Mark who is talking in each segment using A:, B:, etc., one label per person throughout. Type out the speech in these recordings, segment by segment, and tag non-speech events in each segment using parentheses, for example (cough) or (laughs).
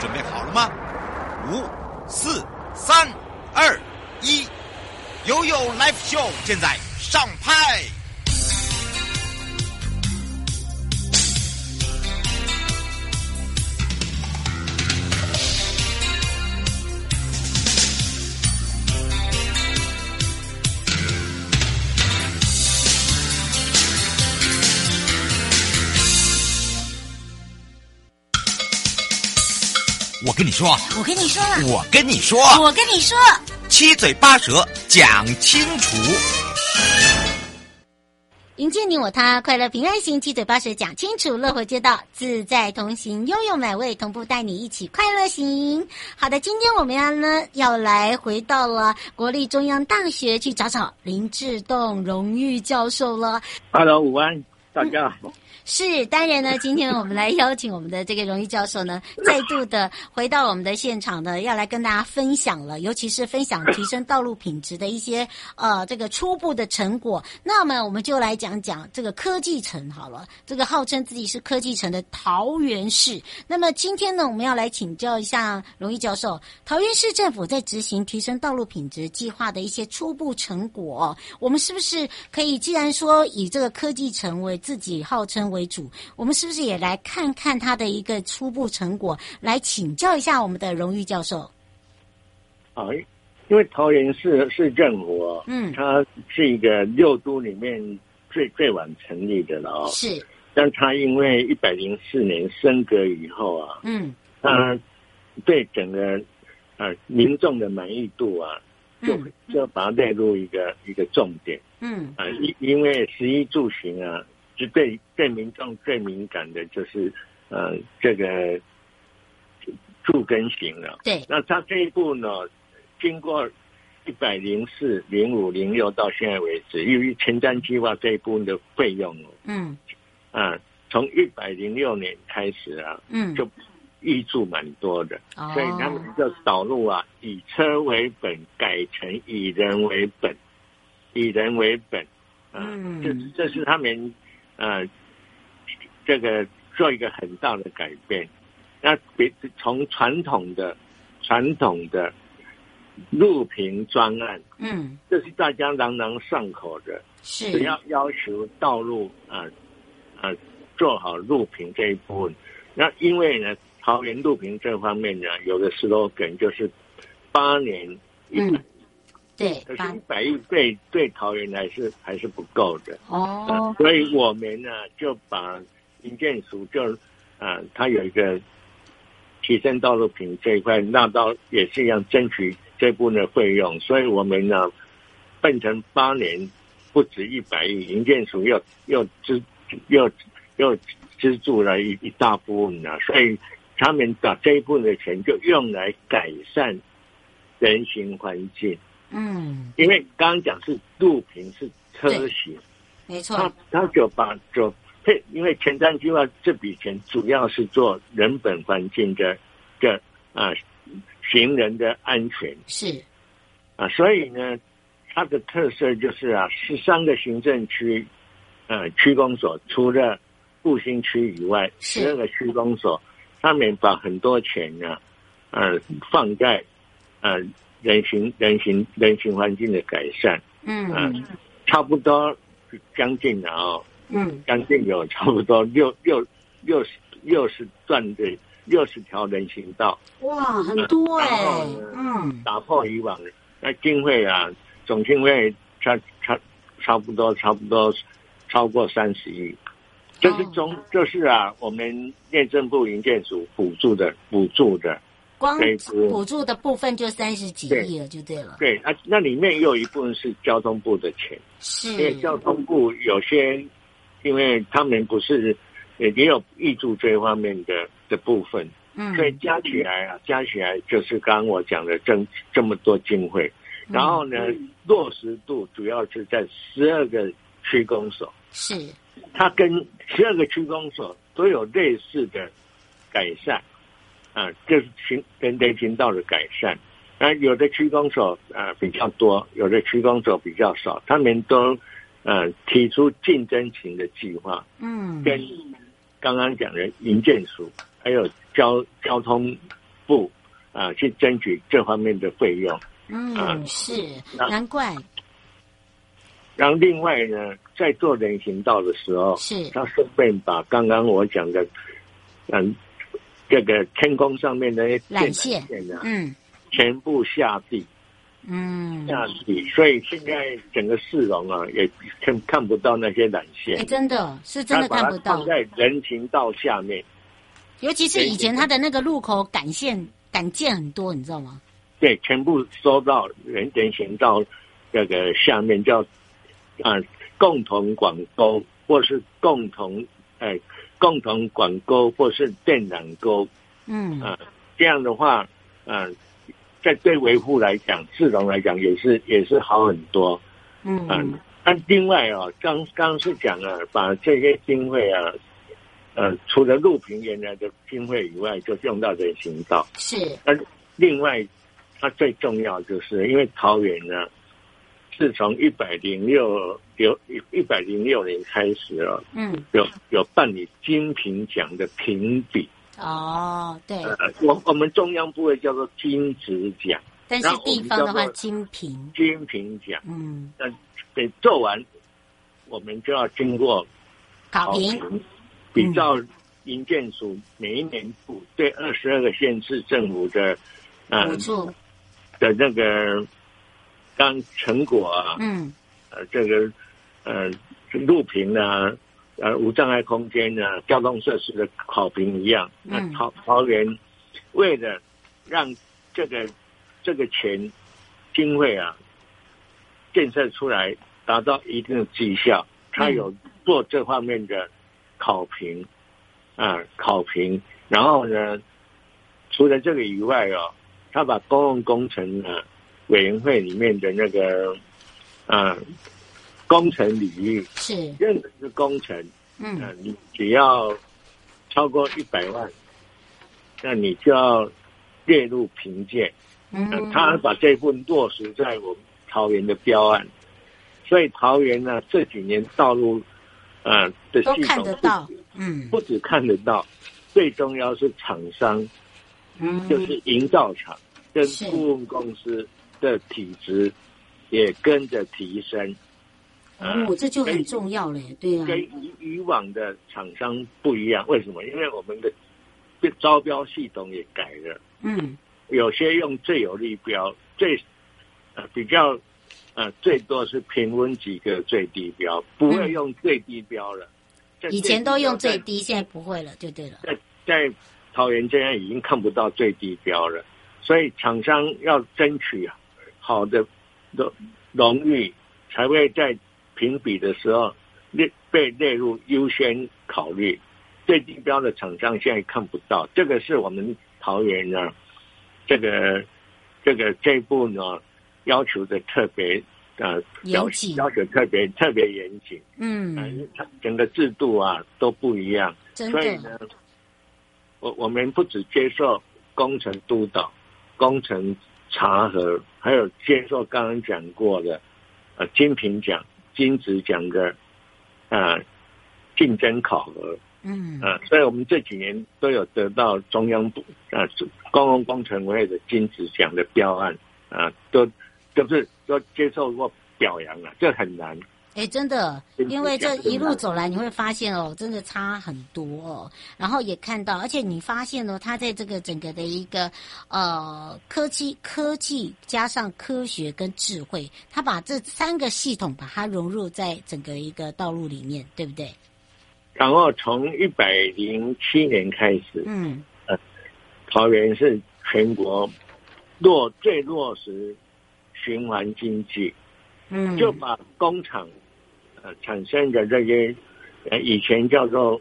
A: 准备好了吗？五、四、三、二、一，悠悠 Live Show 现在上拍。我跟你说，
B: 我跟你说了，
A: 我跟你说，
B: 我跟你说，
A: 七嘴八舌讲清楚。
B: 迎接你我他，快乐平安行，七嘴八舌讲清楚，乐活街道自在同行，悠悠美味同步带你一起快乐行。好的，今天我们要呢要来回到了国立中央大学去找找林志栋荣誉教授了。
C: Hello，午安，大家
B: 嗯
C: 好。
B: 是，当然呢，今天我们来邀请我们的这个荣誉教授呢，再度的回到我们的现场呢，要来跟大家分享了，尤其是分享提升道路品质的一些呃这个初步的成果。那么我们就来讲讲这个科技城好了，这个号称自己是科技城的桃园市。那么今天呢，我们要来请教一下荣誉教授，桃园市政府在执行提升道路品质计划的一些初步成果、我们是不是可以，既然说以这个科技城为自己号称为主，我们是不是也来看看它的一个初步成果，来请教一下我们的荣誉教授？
C: 啊，因为桃园市市政府哦，
B: 嗯
C: 它是一个六都里面最最晚成立的了哦。
B: 是，
C: 但它因为一百零四年升格以后啊，
B: 嗯
C: 它对整个呃民众的满意度啊，就
B: 嗯
C: 就把它列入一个一个重点
B: 嗯，
C: 啊。因因为十一住行啊，是对对民众最敏感的就是呃这个住跟行了、
B: 对，
C: 那他这一步呢，经过一百零四、零五、零六到现在为止，由于前瞻计划这一部分的费用哦，
B: 嗯
C: 啊，从一百零六年开始啊，
B: 嗯，
C: 就挹注蛮多的，
B: 哦
C: 所以他们就导入啊，以车为本改成以人为本，以人为本，啊，
B: 嗯
C: 这这是他们呃这个做一个很大的改变。那别从传统的传统的路平专案，
B: 嗯
C: 这是大家朗朗上口的，
B: 是
C: 只，要要求道路啊啊、呃做好路平这一部分。那因为呢，桃园路平这方面呢，有个 slogan 就是八年一
B: 嗯
C: 百，，
B: 对，
C: 可
B: 把
C: 是一百亿对对桃园还是还是不够的。
B: 哦，
C: 所以我们呢就把营建署就啊、呃它有一个提升道路品质这一块纳到也是一样争取这部分的费用，所以我们呢变成八年不止一百亿，营建署又又支又又资助了一一大部分呢，所以他们把这一部分的钱就用来改善人行环境，
B: 嗯，
C: 因为刚刚讲是路平是车
B: 对
C: 行。
B: 没错，
C: 他他就把就嘿，因为前瞻计划这笔钱主要是做人本环境的的啊行人的安全
B: 是，
C: 啊，所以呢，它的特色就是啊，十三个行政区呃区公所除了复兴区以外，
B: 是
C: 十二个区公所，他们把很多钱呢、呃放在呃人行人行人行环境的改善，啊
B: 嗯
C: 差不多将近啊、哦。
B: 嗯，
C: 将近有差不多六六六十六十段的六十条人行道，
B: 哇，很多哎
C: 然后呢，
B: 嗯
C: 打破以往那经费啊，总经费差差差不多差不多超过三十亿，这是中，这是啊，我们内政部营建署补助的补助的，
B: 光
C: 对不
B: 补助的部分就三十几
C: 对
B: 亿了，就对了。
C: 对，那、那里面也有一部分是交通部的钱，因为
B: 是，
C: 交通部有些，因为他们不是也也有挹注这方面的的部分，
B: 嗯
C: 所以加起来啊，加起来就是刚刚我讲的这这么多经费，然后呢，落实度主要是在十二个区公所，
B: 是，
C: 它跟十二个区公所都有类似的改善，啊，就是行人人行道的改善。那有的区公所啊比较多，有的区公所比较少，他们都呃提出竞争型的计划，
B: 嗯，
C: 跟刚刚讲的营建署还有交交通部啊、去争取这方面的费用。
B: 嗯，是，
C: 啊那
B: 难怪
C: 然后另外呢，在做人行道的时候，
B: 是，
C: 他顺便把刚刚我讲的，嗯，这个天空上面的那些
B: 缆线
C: 电缆线啊，
B: 嗯
C: 全部下地
B: 嗯，
C: 下地，所以现在整个市容啊也看看不到那些缆线
B: 哎，，真的是真的
C: 他把
B: 看
C: 它
B: 不到
C: 放，在人行道下面。
B: 尤其是以前它的那个路口杆线杆件很多，你知道吗？
C: 对，全部收到人人行道那个下面叫啊、共同管沟，或是共同哎、共同管沟，或是电缆沟
B: 嗯，
C: 啊、这样的话，嗯、在对维护来讲，市容来讲也是也是好很多。嗯
B: 嗯，，
C: 那另外哦，刚刚是讲了，把这些经费啊，呃，除了路平原来的经费以外，就用到人行道。
B: 是，
C: 那另外，它最重要就是因为桃园呢，自从一百零六有一百零六年开始啊，
B: 嗯，
C: 有有办理金评奖的评比，
B: 哦，对，
C: 呃，我我们中央部会叫做金质奖、
B: 但是地方的话，金平，
C: 金评奖。
B: 嗯，
C: 那得做完，我们就要经过
B: 考
C: 考
B: 啊评，
C: 评，比照营建署每一年度对二十二个县市政府的，呃
B: 补助，
C: 的那个刚成果啊，
B: 嗯，
C: 呃，这个呃路评啊，呃无障碍空间啊，交通设施的考评一样，那
B: 嗯
C: 桃桃园为了让这个这个钱经费啊建设出来，达到一定的绩效，他
B: 嗯
C: 有做这方面的考评啊、考评，然后呢，除了这个以外哦，他把公共工程呢委员会里面的那个啊、工程领域，
B: 是，
C: 任何一个工程，
B: 嗯，
C: 呃，你只要超过一百万，那你就要列入评鉴。
B: 嗯，
C: 他把这部分落实在我们桃园的标案，所以桃园呢这几年道路，呃的
B: 都
C: 系
B: 看
C: 统
B: 得到，嗯，
C: 不止看得到，最重要是厂商，
B: 嗯，
C: 就是营造厂跟
B: 是
C: 顾问公司的体质也跟着提升。呃
B: 哦，这就很重要嘞，对呀，
C: 跟以以往的厂商不一样，为什么？因为我们的招标系统也改了，
B: 嗯，
C: 有些用最有利标，最呃比较呃最多是平均几个最低标，不会用最低标了。在
B: 嗯以前都用最低，现在不会了，就对了，
C: 在，在在桃园现在已经看不到最低标了，所以厂商要争取好的荣荣誉，才会在评比的时候列被列入优先考虑。最低标的厂商现在看不到，这个是我们桃园呢，这个这个这一步呢要求的特别呃要
B: 严谨
C: 要求特别特别严谨，
B: 嗯，
C: 嗯，它整个制度啊都不一样。
B: 真
C: 所以
B: 的，
C: 呢，我我们不只接受工程督导、工程查核，还有接受刚刚讲过的呃金评奖、金质奖的呃竞争考核。
B: 嗯，
C: 呃，所以我们这几年都有得到中央部呃公共工程委的金质奖的标案啊、呃都就是都接受过表扬了，这很难。
B: 哎，真的，
C: 真的
B: 因为这
C: 讲真
B: 一路
C: 的
B: 走来，你会发现哦，真的差很多哦。然后也看到，而且你发现哦，它在这个整个的一个呃科技、科技加上科学跟智慧，它把这三个系统把它融入在整个一个道路里面，对不对？
C: 然后从一百零七年开始，
B: 嗯
C: 桃园是全国落最落实循环经济，
B: 嗯，
C: 就把工厂呃产生的这些呃以前叫做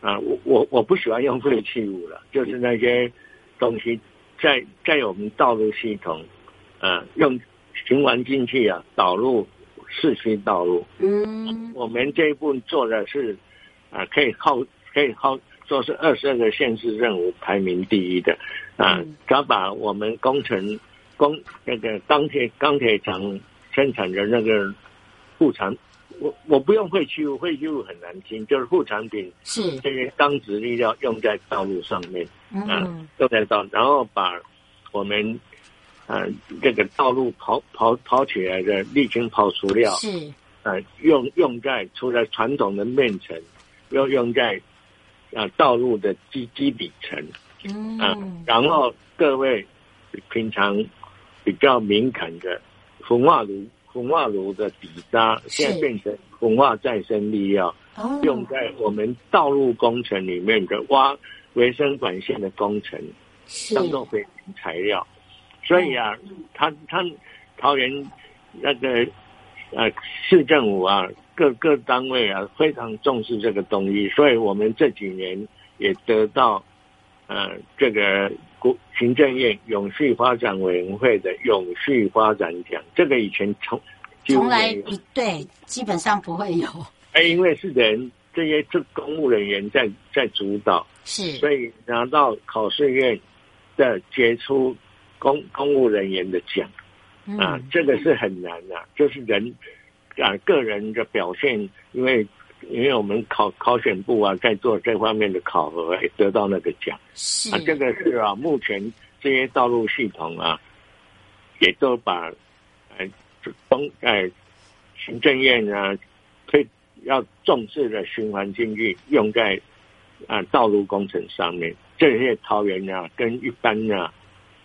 C: 啊、我我我不喜欢用废弃物了，就是那些东西在在我们道路系统呃用循环经济啊导入市区道路，
B: 嗯
C: 我们这一步做的是啊、可以号可以号说是二十二个县市政府排名第一的啊
B: 嗯，
C: 他、把我们工程工那个钢铁钢铁厂生产的那个副产，我我不用废弃物，废弃物很难听，就是副产品
B: 是
C: 这些钢质粒料用在道路上面。
B: 嗯
C: 嗯都在道，然后把我们呃这个道路刨刨刨起来的沥青刨除掉，
B: 是
C: 呃用用在除了传统的面层，又用在啊、呃道路的基基底层
B: 嗯
C: 啊、呃然后各位平常比较敏感的焚化炉。焚化炉的底渣
B: 是
C: 现在变成焚化再生利料，
B: 哦
C: 用在我们道路工程里面的挖维生管线的工程。
B: 是
C: 当做废品材料。所以啊，他他桃园那个呃市政府啊，各各单位啊，非常重视这个东西，所以我们这几年也得到呃这个国行政院永续发展委员会的永续发展奖，这个以前从几乎
B: 从来
C: 没有
B: 比对基本上不会有
C: 哎，因为是人这些这公务人员在在主导。
B: 是
C: 所以拿到考试院的杰出公公务人员的奖啊，
B: 嗯
C: 这个是很难的、就是人啊个人的表现，因为因为我们考考选部啊在做这方面的考核，也得到那个奖
B: 是
C: 啊，这个是啊，目前这些道路系统啊，也都把呃公呃行政院啊推要重视的循环经济用在啊、道路工程上面，这些桃园啊跟一般啊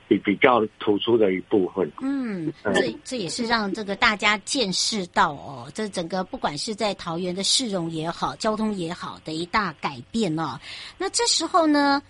C: 比比较突出的一部分。
B: 嗯，
C: 嗯
B: 这这也是让这个大家见识到哦，这整个不管是在桃园的市容也好，交通也好的一大改变哦。那这时候呢，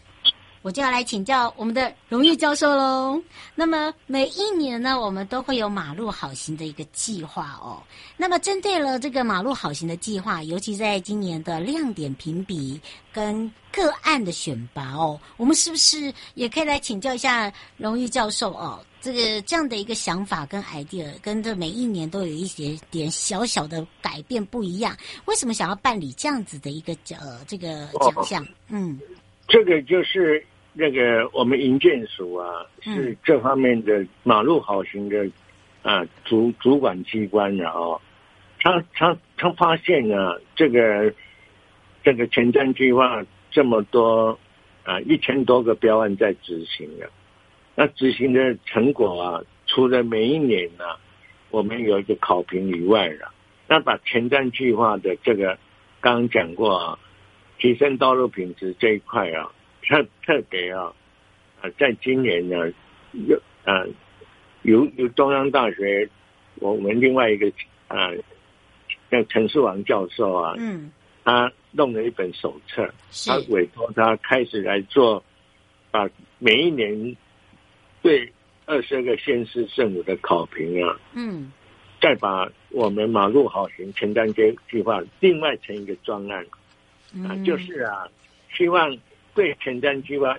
B: 我就要来请教我们的荣誉教授喽。那么每一年呢，我们都会有马路好行的一个计划哦。那么针对了这个马路好行的计划，尤其在今年的亮点评比跟个案的选拔哦，我们是不是也可以来请教一下荣誉教授哦？这个这样的一个想法跟 idea，跟这每一年都有一点点小小的改变不一样，为什么想要办理这样子的一个呃这个奖项？嗯，
C: 这个就是那个我们营建署啊，
B: 嗯
C: 是这方面的马路好行的啊主主管机关的哦。他他他发现呢、这个这个前瞻计划这么多啊一千多个标案在执行了，那执行的成果啊，除了每一年呢、我们有一个考评以外啊了、那把前瞻计划的这个刚刚讲过啊，提升道路品质这一块啊，特特别啊，啊，在今年呢，有啊，由由中央大学我们另外一个啊，那陈世王教授啊，
B: 嗯，
C: 他弄了一本手册，
B: 是
C: 他委托他开始来做，把每一年对二十二个县市政府的考评啊，
B: 嗯
C: 再把我们马路好行前瞻计计划另外成一个专案啊，
B: 嗯，
C: 就是啊，希望对前瞻计划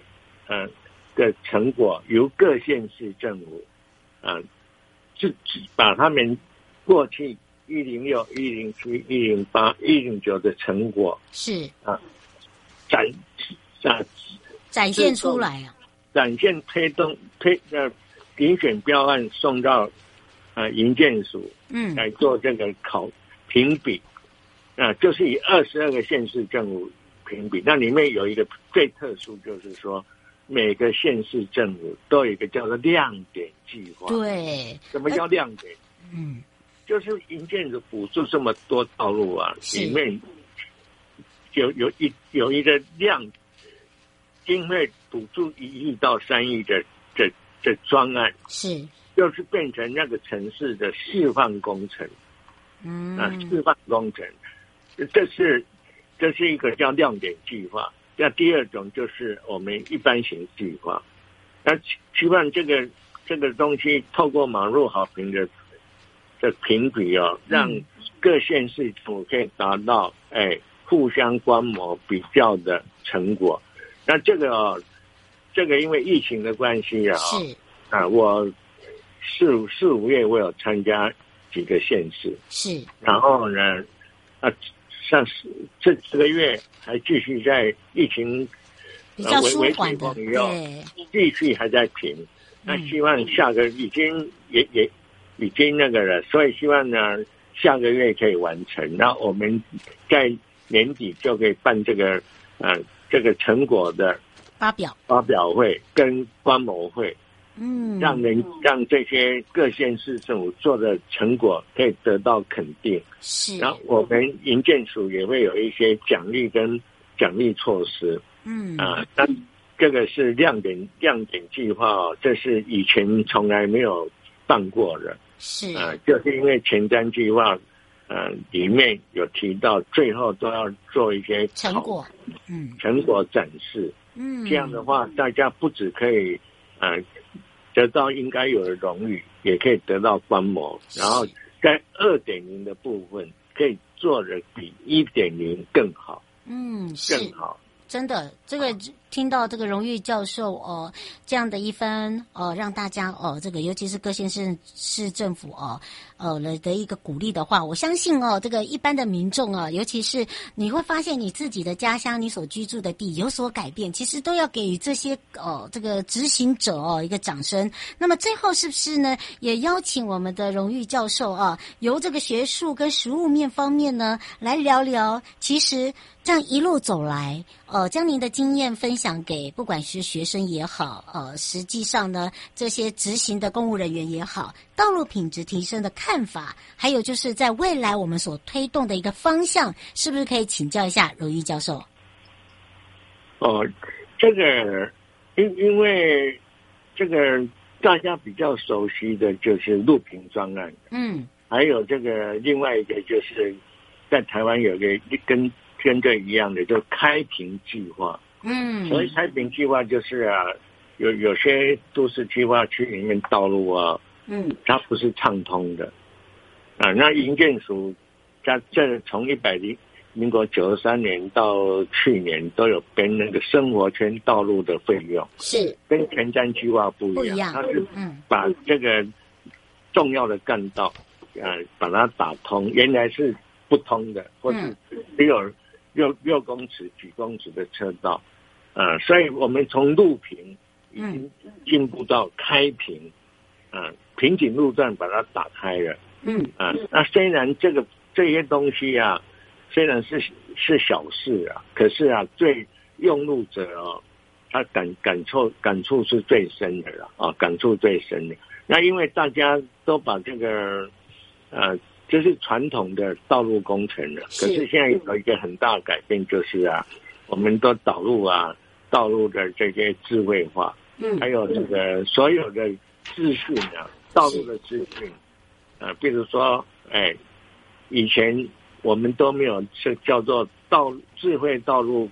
C: 嗯的成果由各县市政府啊，自己把他们过去一零六、一零七、一零八、一零九的成果
B: 是
C: 展展
B: 展现出来啊，
C: 展现推动推呃遴选标案送到啊营建署，
B: 嗯
C: 来做这个考评比，啊，就是以二十二个县市政府评比。那里面有一个最特殊，就是说每个县市政府都有一个叫做亮点计划。，
B: 对，
C: 什么叫亮点？
B: 嗯
C: 就是营建的补助这么多道路啊，
B: 是
C: 里面有有一有一个量，因为补助一亿到三亿的这这专案，
B: 是，
C: 就是变成那个城市的示范工程。啊，
B: 嗯
C: 示范工程，这是这是一个叫亮点计划。那第二种就是我们一般型计划。那期期望这个这个东西透过网络好评的的评比哦，让
B: 嗯
C: 各县市府可以达到哎互相观摩比较的成果。那这个、哦、这个因为疫情的关系啊、哦，
B: 是
C: 啊，我四五四五月我有参加几个县市，
B: 是，
C: 然后呢，啊，上这这个月还继续在疫情
B: 比较舒
C: 维
B: 缓
C: 维
B: 的，
C: 持朋友
B: 对，
C: 继续还在评，那
B: 嗯
C: 希望下个已经也也已经那个了，所以希望呢下个月可以完成，那我们在年底就可以办这个呃这个成果的
B: 发表，
C: 发表会跟观摩会，
B: 嗯，
C: 让人让这些各县市政府做的成果可以得到肯定。
B: 是，
C: 然后我们营建署也会有一些奖励跟奖励措施
B: 嗯
C: 啊。那这个是亮点亮点计划哦，这是以前从来没有办过的
B: 是，
C: 啊，就是因为前瞻计划。呃，里面有提到，最后都要做一些
B: 成
C: 讨
B: 果，嗯
C: 成果展示。
B: 嗯，
C: 这样的话，大家不只可以呃得到应该有的荣誉，也可以得到观摩。
B: 是
C: 然后在二点零的部分，可以做的比一点零更好，
B: 嗯是
C: 更好。
B: 真的，这个听到这个荣誉教授哦、呃这样的一番呃，让大家哦、呃这个尤其是各县市市政府哦呃的的一个鼓励的话，我相信哦、这个一般的民众啊，尤其是你会发现你自己的家乡、你所居住的地有所改变，其实都要给予这些哦、这个执行者哦、一个掌声。那么最后是不是呢？也邀请我们的荣誉教授啊，由这个学术跟实务面方面呢，来聊聊。其实这样一路走来，呃，将您的经验分享给不管是学生也好，呃，实际上呢，这些执行的公务人员也好，道路品质提升的看法，还有就是在未来我们所推动的一个方向，是不是可以请教一下荣誉教授？
C: 哦，这个因因为这个大家比较熟悉的就是录屏专案，
B: 嗯，
C: 还有这个另外一个就是在台湾有个跟跟这一样的，就开屏计划。
B: 嗯，
C: 所以开平计划就是啊，有有些都市计划区里面道路啊，
B: 嗯，
C: 它不是畅通的啊。那营建署，它这从一百零民国九十三年到去年都有编那个生活圈道路的费用，
B: 是
C: 跟前瞻计划不
B: 不一
C: 一样，
B: 样
C: 它是，
B: 嗯，
C: 把这个重要的干道，呃，把它打通，原来是不通的，或
B: 嗯
C: 是只有六六公尺、几公尺的车道，呃，所以我们从路平已经进步到开平，啊、平颈路段把它打开了，
B: 嗯，
C: 啊、那虽然这个这些东西啊，虽然是是小事啊，可是啊，对用路者哦，他感感触感触是最深的了啊，感触最深的。那因为大家都把这个，呃，这是传统的道路工程了，
B: 是
C: 可是现在有一个很大的改变，就是啊，我们都导入啊道路的这些智慧化，
B: 嗯
C: 还有这个所有的资讯啊，道路的资讯，啊，比如说，哎，以前我们都没有是叫做道智慧道路。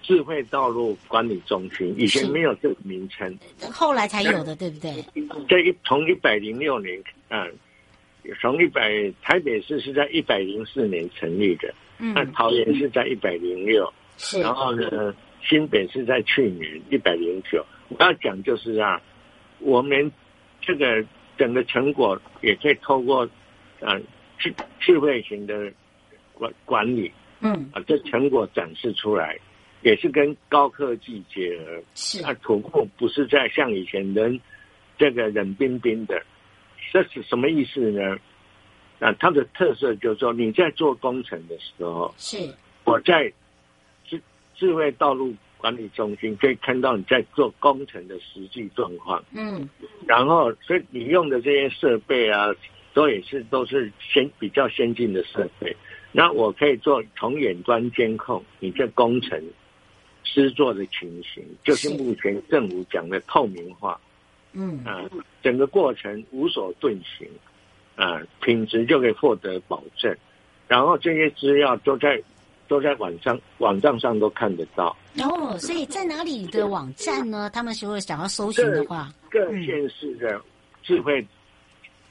C: 智慧道路管理中心以前
B: 是
C: 没有这个名称，
B: 后来才有的，对不对？
C: 这一从一百零六年，啊，从一百台北市是在一百零四年成立的，那
B: 嗯，
C: 桃园是在一百零六，
B: 是
C: 然后呢，新北是在去年一百零九。我要讲就是啊，我们这个整个成果也可以透过啊智智慧型的管管理
B: 嗯
C: 啊，这成果展示出来，也是跟高科技结合。
B: 是
C: 那土库不是在像以前人这个冷冰冰的，这是什么意思呢？啊，它的特色就是说，你在做工程的时候，
B: 是
C: 我在智智慧道路管理中心可以看到你在做工程的实际状况，
B: 嗯
C: 然后所以你用的这些设备啊，都也是都是先比较先进的设备。那我可以做从远端监控你这工程施作的情形，就是
B: 是
C: 目前政府讲的透明化
B: 嗯
C: 啊，整个过程无所遁形啊，品质就可以获得保证。然后这些资料都在都在网上网站上都看得到。
B: 哦，所以在哪里的网站
C: (laughs)
B: 呢？他们如果想要搜寻的话，
C: 各县市的智慧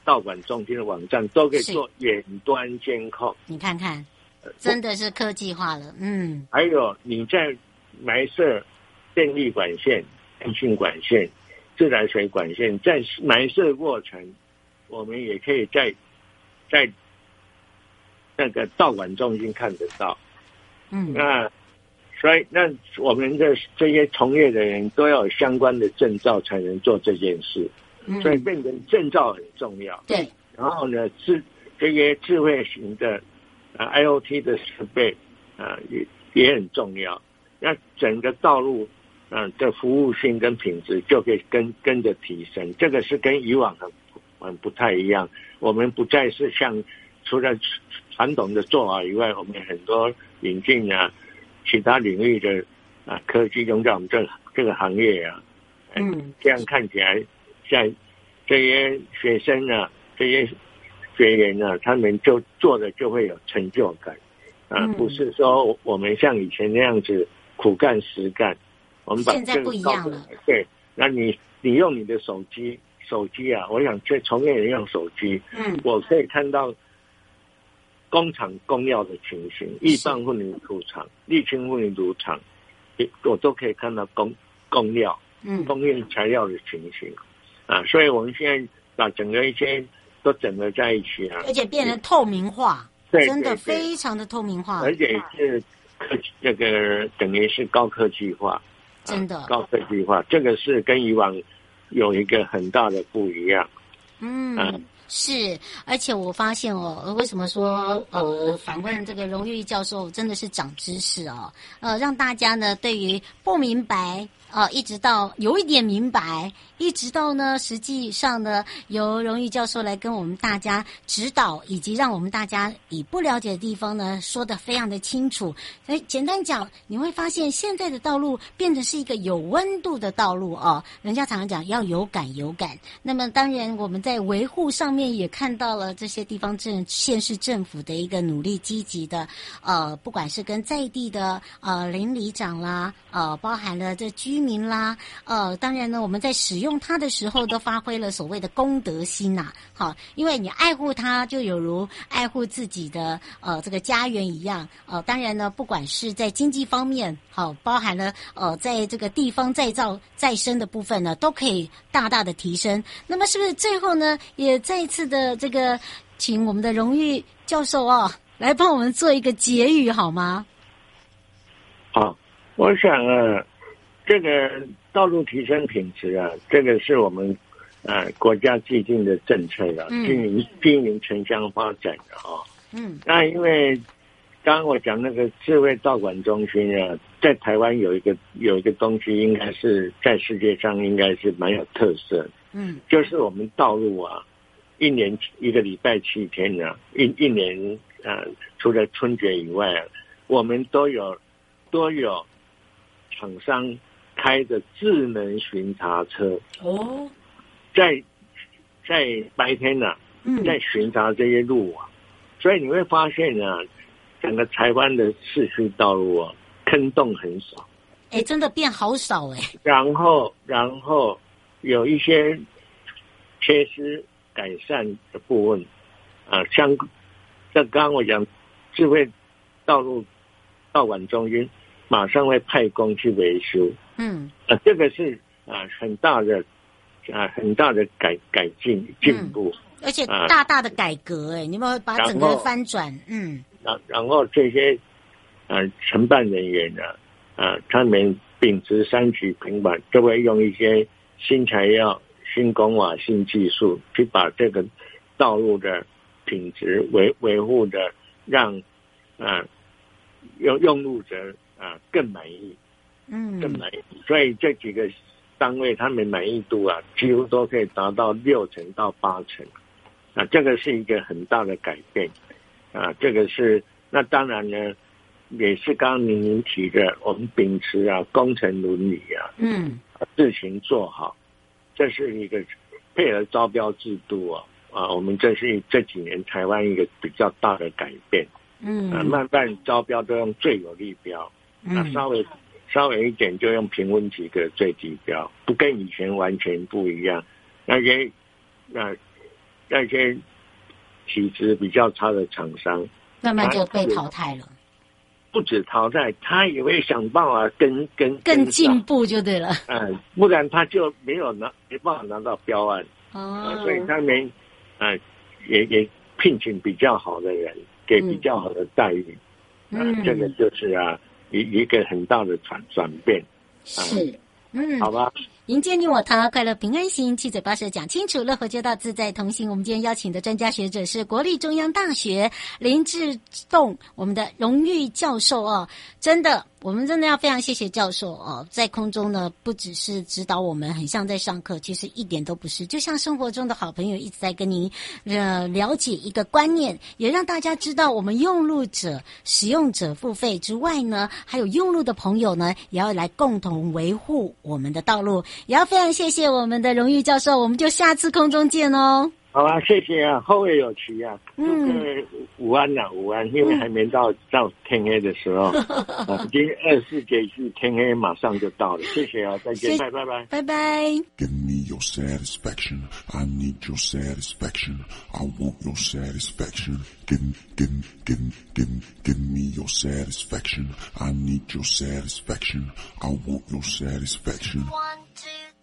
C: 道馆中心的网站都可以
B: 是
C: 做远端监控，
B: 你看看，
C: 呃
B: 真的是科技化了。嗯，
C: 还有你在埋设电力管线、电信管线、自来水管线，在埋设过程，我们也可以在在那个道馆中心看得到。
B: 嗯，
C: 那所以，那我们的这些从业的人都要有相关的证照才能做这件事，
B: 嗯
C: 所以变成证照很重要。
B: 对，
C: 然后呢，智这些智慧型的啊 IOT 的设备啊也也很重要。那整个道路啊的服务性跟品质就可以跟跟着提升，这个是跟以往很很不太一样。我们不再是像除了传统的做法以外，我们很多引进啊其他领域的啊科技用在我们这这个行业啊，
B: 嗯，
C: 这样看起来，像这些学生啊，这些学员啊，他们就做的就会有成就感，啊，
B: 嗯
C: 不是说我们像以前那样子苦干实干，我们把
B: 现在
C: 这个
B: 不一样
C: 搞
B: 了
C: 出来对，那你你用你的手机，手机啊，我想这从业人用手机，
B: 嗯，
C: 我可以看到工厂工药的情形，一般混凝土厂、沥青混凝土厂，也我都可以看到工工料。
B: 嗯，
C: 供应材料的情形啊，所以我们现在把整个一些都整合在一起啊，
B: 而且变得透明化，
C: 对哎
B: 真的
C: 对对
B: 非常的透明化，
C: 而且是科技这个等于是高科技化，
B: 真的，
C: 高科技化，这个是跟以往有一个很大的不一样。
B: 嗯
C: 嗯，
B: 是，而且我发现哦，呃为什么说呃，访问这个荣誉教授真的是长知识哦，呃，让大家呢对于不明白。呃，一直到有一点明白，一直到呢，实际上呢，由荣誉教授来跟我们大家指导，以及让我们大家以不了解的地方呢，说的非常的清楚。所以哎简单讲，你会发现现在的道路变成是一个有温度的道路哦。人家常常讲要有感有感，那么当然，我们在维护上面也看到了这些地方政县市政府的一个努力积极的，呃，不管是跟在地的呃邻里长啦，呃，包含了这居民啦，呃，当然呢，我们在使用它的时候都发挥了所谓的公德心呐、好，因为你爱护它，就有如爱护自己的呃这个家园一样。呃，当然呢，不管是呃在经济方面，好、包含了呃在这个地方再造再生的部分呢，都可以大大的提升。那么是不是最后呢，也再一次的这个请我们的荣誉教授啊、来帮我们做一个结语好吗？
C: 好，我想啊，这个道路提升品质啊，这个是我们啊国家制定的政策啊，
B: 嗯
C: 经营经营城乡发展的啊。
B: 嗯
C: 那因为刚刚我讲那个智慧道管中心啊，在台湾有一个有一个东西，应该是在世界上应该是蛮有特色的，
B: 嗯
C: 就是我们道路啊，一年一个礼拜七天呢、一一年啊、呃除了春节以外、啊，我们都有都有厂商开的智能巡查车，
B: 哦
C: 在在白天呢、啊
B: 嗯
C: 在巡查这些路网，所以你会发现啊，整个台湾的市区道路啊，坑洞很少，
B: 哎，真的变好少哎，
C: 然后然后有一些缺失改善的部分啊，像这刚刚我讲智慧道路道管中心马上会派工去维修，
B: 嗯
C: 啊，这个是啊很大的啊很大的改改进进步。
B: 而且
C: 啊
B: 大大的改革哎，你们把整
C: 然
B: 个
C: 后
B: 翻转，嗯
C: 然然后这些呃承办人员呢、啊，他们秉持三级平板，就会用一些新材料、新工法、新技术，去把这个道路的品质维维护的让啊、用用路者啊、更满意，
B: 嗯
C: 更满意。所以这几个单位他们满意度啊，几乎都可以达到六成到八成，啊，这个是一个很大的改变，啊，这个是那当然呢，也是刚刚您您提的，我们秉持啊工程伦理啊，
B: 嗯
C: 事情做好，这是一个配合招标制度啊啊，我们这是这几年台湾一个比较大的改变啊，
B: 嗯
C: 慢慢招标都用最有利标，那
B: 嗯
C: 稍微稍微一点就用平温级的最低标，不跟以前完全不一样。那些那那些体质比较差的厂商，
B: 慢慢就被淘汰了，
C: 不止淘汰，他也会想办法跟跟
B: 更进
C: 上，
B: 步就对了。
C: 嗯、不然他就没有拿没办法拿到标案，
B: 哦
C: 啊，所以他们啊、呃也也聘请比较好的人，给比较好的待遇。啊，这个
B: 嗯，
C: 就是啊一一个很大的转转变，
B: 是，嗯，
C: 好吧？
B: 迎接你我他，快乐平安行，七嘴八舌讲清楚，乐活街道自在同行。我们今天邀请的专家学者是国立中央大学林志栋，我们的荣誉教授哦，真的，我们真的要非常谢谢教授哦，在空中呢不只是指导我们，很像在上课，其实一点都不是，就像生活中的好朋友一直在跟您呃了解一个观念，也让大家知道我们用路者、使用者付费之外呢，还有用路的朋友呢，也要来共同维护我们的道路。也要非常谢谢我们的荣誉教授，我们就下次空中见哦。
C: 好啊，谢谢啊，后会有期啊，祝
B: 嗯
C: 各位午安呐、午安，因为还没到、到天黑
B: (laughs)
C: 的时候，啊，今天二十四节气天黑马上就到了，谢谢啊，再见，
B: 谢
C: 拜拜拜。
B: 拜拜。
D: Give me your satisfaction. I need your satisfaction. I want your satisfaction. Give me, give me, give me, give me, give me your satisfaction. I need your satisfaction. I want your satisfaction.